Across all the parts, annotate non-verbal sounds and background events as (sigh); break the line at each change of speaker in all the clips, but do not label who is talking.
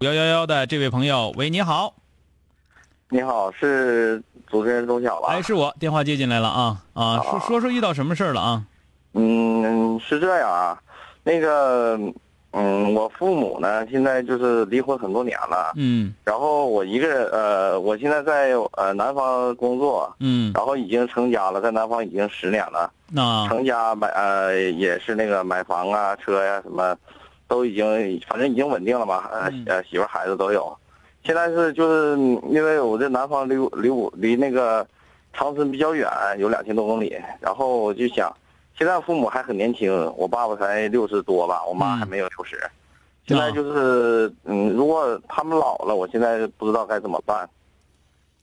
五幺幺幺的这位朋友，喂，你好，
你好，是主持人钟晓吧？
哎，是我，电话接进来了啊啊，说说说遇到什么事儿了啊？
嗯，是这样啊，那个，嗯，我父母呢，现在就是离婚很多年了，
嗯
然后我一个人，呃，我现在在呃南方工作，
嗯，
然后已经成家了，在南方已经十年了，
啊
那
成家买呃也是那个买房啊、车呀、什么，都已经反正已经稳定了吧，呃
嗯
呃媳妇儿孩子都有，现在是就是因为我这南方离我离我离那个长春比较远，有两千多公里，然后我就想，现在父母还很年轻，我爸爸才六十多吧，我妈
嗯
还没有六十，现在就是嗯，如果他们老了，我现在不知道该怎么办。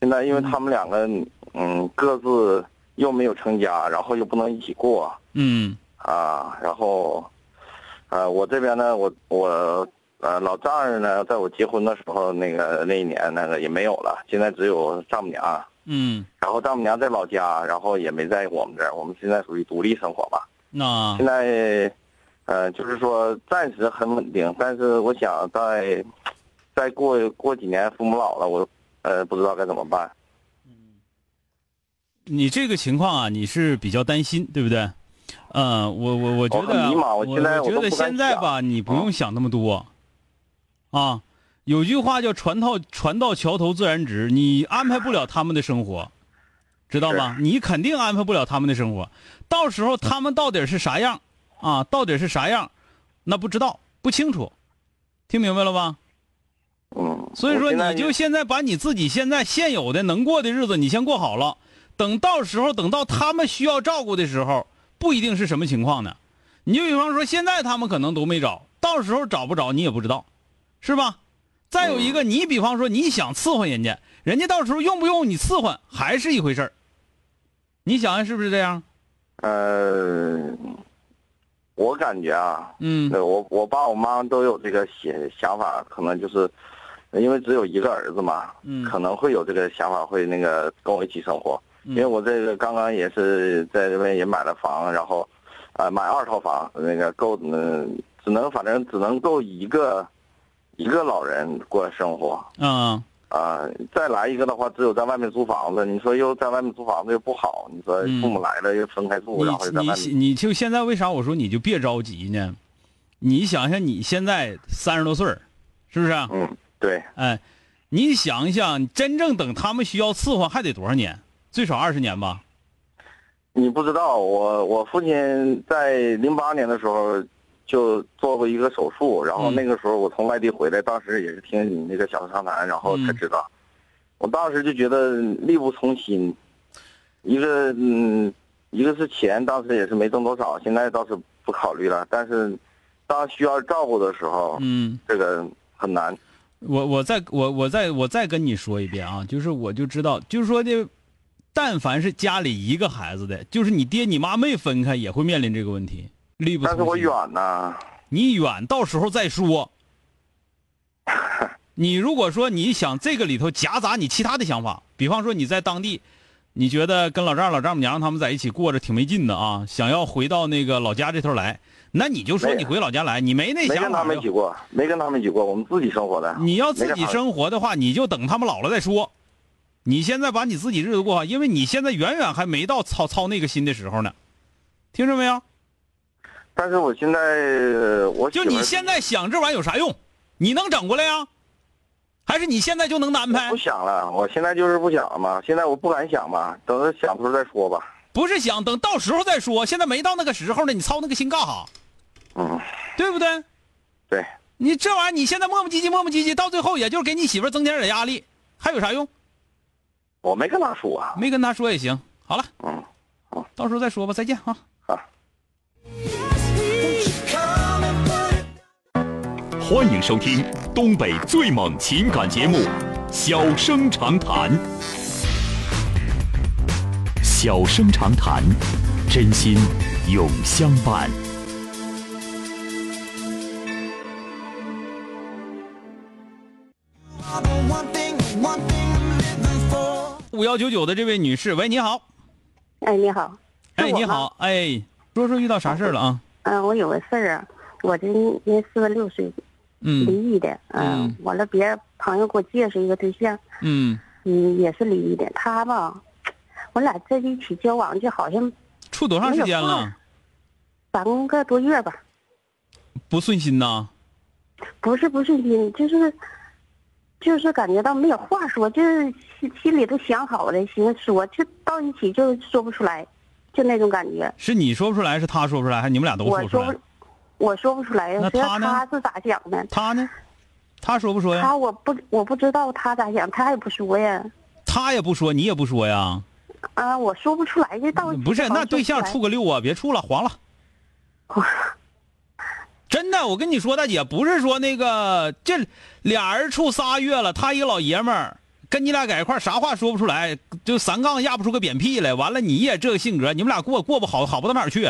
现在因为他们两个嗯各自又没有成家，然后又不能一起过，
嗯
啊，然后，呃，我这边呢，我我呃老丈人呢，在我结婚的时候，那个那一年那个也没有了，现在只有丈母娘，
嗯，
然后丈母娘在老家，然后也没在我们这儿，我们现在属于独立生活吧。
那
现在，呃，就是说暂时很稳定，但是我想再再过过几年父母老了，我呃不知道该怎么办。
你这个情况啊，你是比较担心，对不对？嗯，我我我觉得啊，
我很迷茫
我
哦我现在
我觉
我都
得
不敢哦
现在吧，你不用想那么多，啊，有句话叫“船到船到桥头自然直”，你安排不了他们的生活，知道吗？你肯定安排不了他们的生活，到时候他们到底是啥样啊？到底是啥样，那不知道，不清楚，听明白了吧？
嗯，
所以
我
说，
现在
你就现在把你自己现在现有的能过的日子，你先过好了。等到时候，等到他们需要照顾的时候，不一定是什么情况呢。你就比方说，现在他们可能都没找，到时候找不着你也不知道，是吧？再有一
嗯
个，你比方说你想伺候人家，人家到时候用不用你伺候还是一回事儿。你想想是不是这样？
呃，我感觉啊，
嗯
对我我爸我妈都有这个想想法，可能就是因为只有一个儿子嘛，
嗯
可能会有这个想法，会那个跟我一起生活。因为
嗯
我这个刚刚也是在这边也买了房，然后，呃，买二套房，那个够，嗯，只能反正只能够一个，一个老人过生活
啊
啊、再来一个的话，只有在外面租房子，你说又在外面租房子又不好，你说
嗯
父母来了又分开住，然后又在
你
外
你
面，
你就现在为啥我说你就别着急呢？你想想你现在三十多岁儿是不是啊、
嗯，对，
哎，你想一想，真正等他们需要伺候还得多少年？最少二十年吧。
你不知道，我我父亲在零八年的时候就做过一个手术，然后
嗯
那个时候我从外地回来，当时也是听你那个小商谈，然后才
嗯
知道，我当时就觉得力不从心，一个嗯，一个是钱，当时也是没挣多少，现在倒是不考虑了，但是当需要照顾的时候，
嗯，
这个很难，
我我再我我再我再跟你说一遍啊，就是我就知道，就是说这，但凡是家里一个孩子的，就是你爹你妈没分开也会面临这个问题，力不
但
从
是
心。哎
我远呐，
你远，到时候再
(laughs)
说。你如果说你想这个里头夹杂你其他的想法，比方说你在当地，你觉得跟老丈人、老丈母娘他们在一起过着挺没劲的啊，想要回到那个老家这头来，那你就说
没
你回老家来，你没那
没
想
跟
法
他
就
们一起过，没跟他们一起过，我们自己生活的，
你要自
没跟
己
他们
生活的话，你就等他们老了再说。你现在把你自己日子过好，因为你现在远远还没到操操那个心的时候呢，听着没有？
但是我现在呃我
就
媳妇
你
儿
现在想这玩意儿有啥用？你能整过来呀、还是你现在就能安排
不？想了，我现在就是不想了嘛，现在我不敢想嘛，等他想的时候再说吧。
不是想等到时候再说，现在没到那个时候呢，你操那个心干哈？
嗯，
对不对？
对，
你这玩意儿，你现在磨磨唧唧，磨磨唧唧，到最后也就是给你媳妇儿增加点压力，还有啥用？
我没跟他说啊。
没跟她说也行。好了，
嗯，
到时候再说吧，再见啊。
好。
欢迎收听东北最猛情感节目《小生长谈》。小生长谈，真心永相伴。
五幺九九的这位女士，喂，你好，
哎，你好，是
哎，
我
你
吗
好，哎，说说遇到啥事儿了啊？
嗯、我有个事儿啊，我这年四十六岁
嗯
离异的，嗯
嗯，
完了别人朋友给我介绍一个对象，
嗯，
嗯，也是离异的，他吧，我俩在一起交往就好像
处多长时间
没有啊
了？
三个多月吧，
不顺心呐？
不是不顺心，就是就是感觉到没有话说，就是心心里都想好了，寻思说，就到一起就说不出来，就那种感觉，
是你说不出来，是他说不出来，还是你们俩都说
我
不出
说
来
不？，我说不出来，
那
谁知道
他呢
他是咋想的？
他呢？他说不说呀？
他啊我不我不知道他咋想，他也不说呀。
他也不说，你也不说呀？
啊，我说不出来，这到底
不是，
好像
那对象
说
处
不出
个六啊，别处了，黄
(laughs)
了。真的，我跟你说，大姐，不是说那个这俩人处仨月了，他一个老爷们儿跟你俩在一块儿啥话说不出来，就三杠压不出个扁屁来。完了，你也这个性格，你们俩过过不好，好不到哪儿去。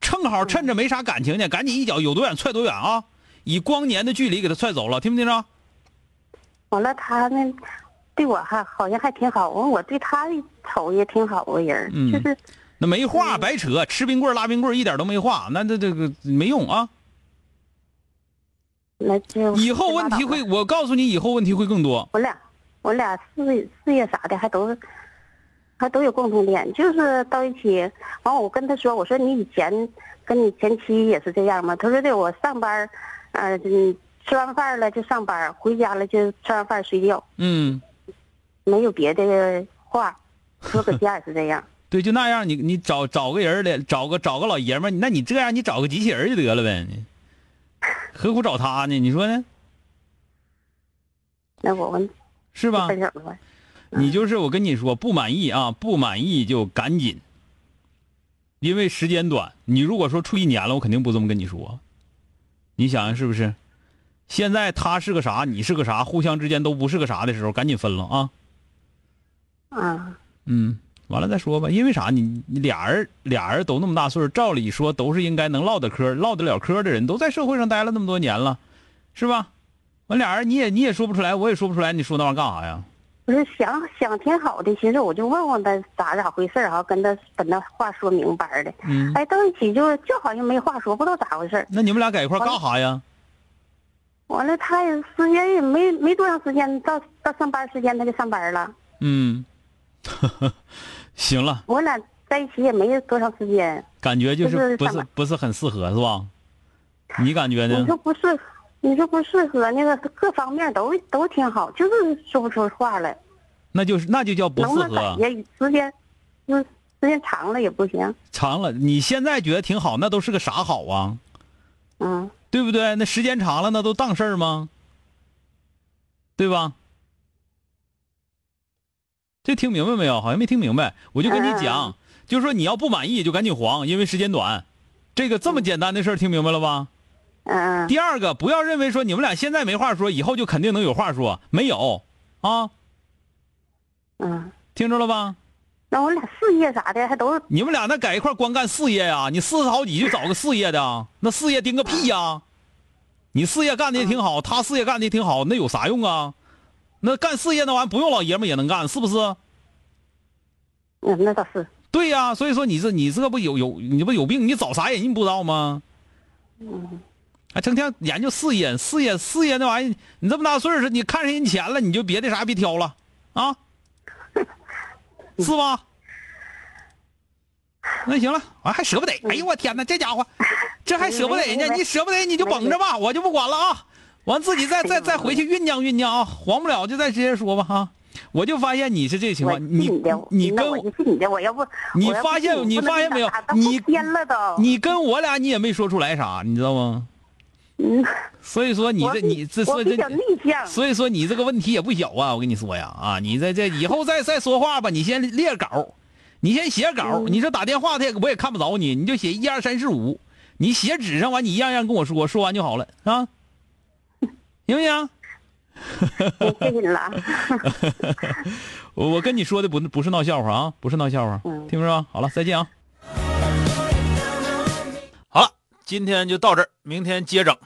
正好趁着没啥感情呢，赶紧一脚有多远踹多远啊！以光年的距离给他踹走了，听没听着？
来完了，他那对我还好像还挺好，完我对他瞅也挺好个人儿，
嗯
就是
那没话白扯，吃冰棍儿拉冰棍儿一点都没话，那这这个没用啊。
那就
以后问题会，我告诉你，以后问题会更多。
我俩我俩事事业啥的还都还都有共同点，就是到一起。完我跟他说，我说你以前跟你前妻也是这样吗？他说对，我上班儿，呃，嗯吃完饭了就上班儿，回家了就吃完饭睡觉，
嗯，
没有别的
(laughs)
话。说搁家也是这样。
对，就那样，你你找找个人来，找个找个老爷们儿，那你这样你找个机器人儿就得了呗，你何苦找他呢？你说呢？
那我们
是吧？
分手了吧。
你就是我跟你说，不满意啊，不满意就赶紧，因为时间短。你如果说处一年了，我肯定不这么跟你说。你想想啊是不是？现在他是个啥，你是个啥，互相之间都不是个啥的时候，赶紧分了啊！
啊，
嗯，完了再说吧。因为啥？你你俩人俩人都那么大岁数，照理说都是应该能唠的嗑、唠得了嗑的人，都在社会上待了那么多年了，是吧？完俩人你也你也说不出来，我也说不出来，你说那玩意儿干啥呀？
我是想想挺好的，寻思我就问问他咋咋回事儿哈，跟他把那话说明白儿的。
嗯，
哎，到一起就就好像没话说，不知道咋回事儿。
那你们俩在一块儿干啥呀？
完了，他也时间也没没多长时间，到到上班时间他就上班了。
嗯， (laughs) 行了，
我俩在一起也没多长时间，
感觉就
就是是
不
上
是
班
不是很适合是吧？你感觉
你
呢？
说不适，你说不适合那个各方面都都挺好，就是说不出话来，
那就是那就叫不
能不
适
能感
合。
觉时间，嗯，时间长了也不行，
长了，你现在觉得挺好，那都是个啥好啊？
嗯
对不对？那时间长了，那都当事儿吗？对吧？这听明白没有？好像没听明白。我就跟你
呃
讲，就是说你要不满意就赶紧黄，因为时间短。这个这么简单的事儿，听明白了吧？
嗯
第二个，不要认为说你们俩现在没话说，以后就肯定能有话说，没有啊？
嗯。
听着了吧？
那我俩事业啥的还都是
你们俩那在一块儿光干事业呀、你四十好几就找个事业的啊，那事业盯个屁呀、你事业干的也挺好，他事业干的也挺好，那有啥用啊？那干事业那玩意儿不用老爷们儿也能干，是不是？
嗯，那倒是，
对呀、所以说你这你这不有有你不有病，你找啥人你不知道吗？
嗯
还成天研究事业，事业事业那玩意儿，你这么大岁数，你看上人钱了，你就别的啥别挑了啊，是吧？那行了，啊完还舍不得，哎呦我天哪，这家伙，这还舍不得人家，
嗯没没
你舍不得你就绷着吧，我就不管了啊。完自己再再再回去酝酿酝酿啊，黄不了就再直接说吧哈、我就发现你是这个情
我
况，你
信的，
你
那
跟
我就信你的，我要不
你
我要不
发现
信
你
不能
发现没有
咋都
你
偏了都，
你跟我俩你也没说出来啥，你知道吗？
嗯，
所以说你
我
这
比
你这
我
所以
比
这
较内啊向，
所以说你这个问题也不小啊，我跟你说呀啊，你在这以后再再说话吧，你先列稿，你先写稿，
嗯
你说打电话他也我也看不着你，你就写一二三四五，你写纸上完你一样样跟我说，说完就好了啊，行啊不行？
我谢谢你了啊，
我我跟你说的不不是闹笑话啊，不是闹笑话，
嗯
听明白吗？好了，再见啊。
好了，今天就到这儿，明天接整。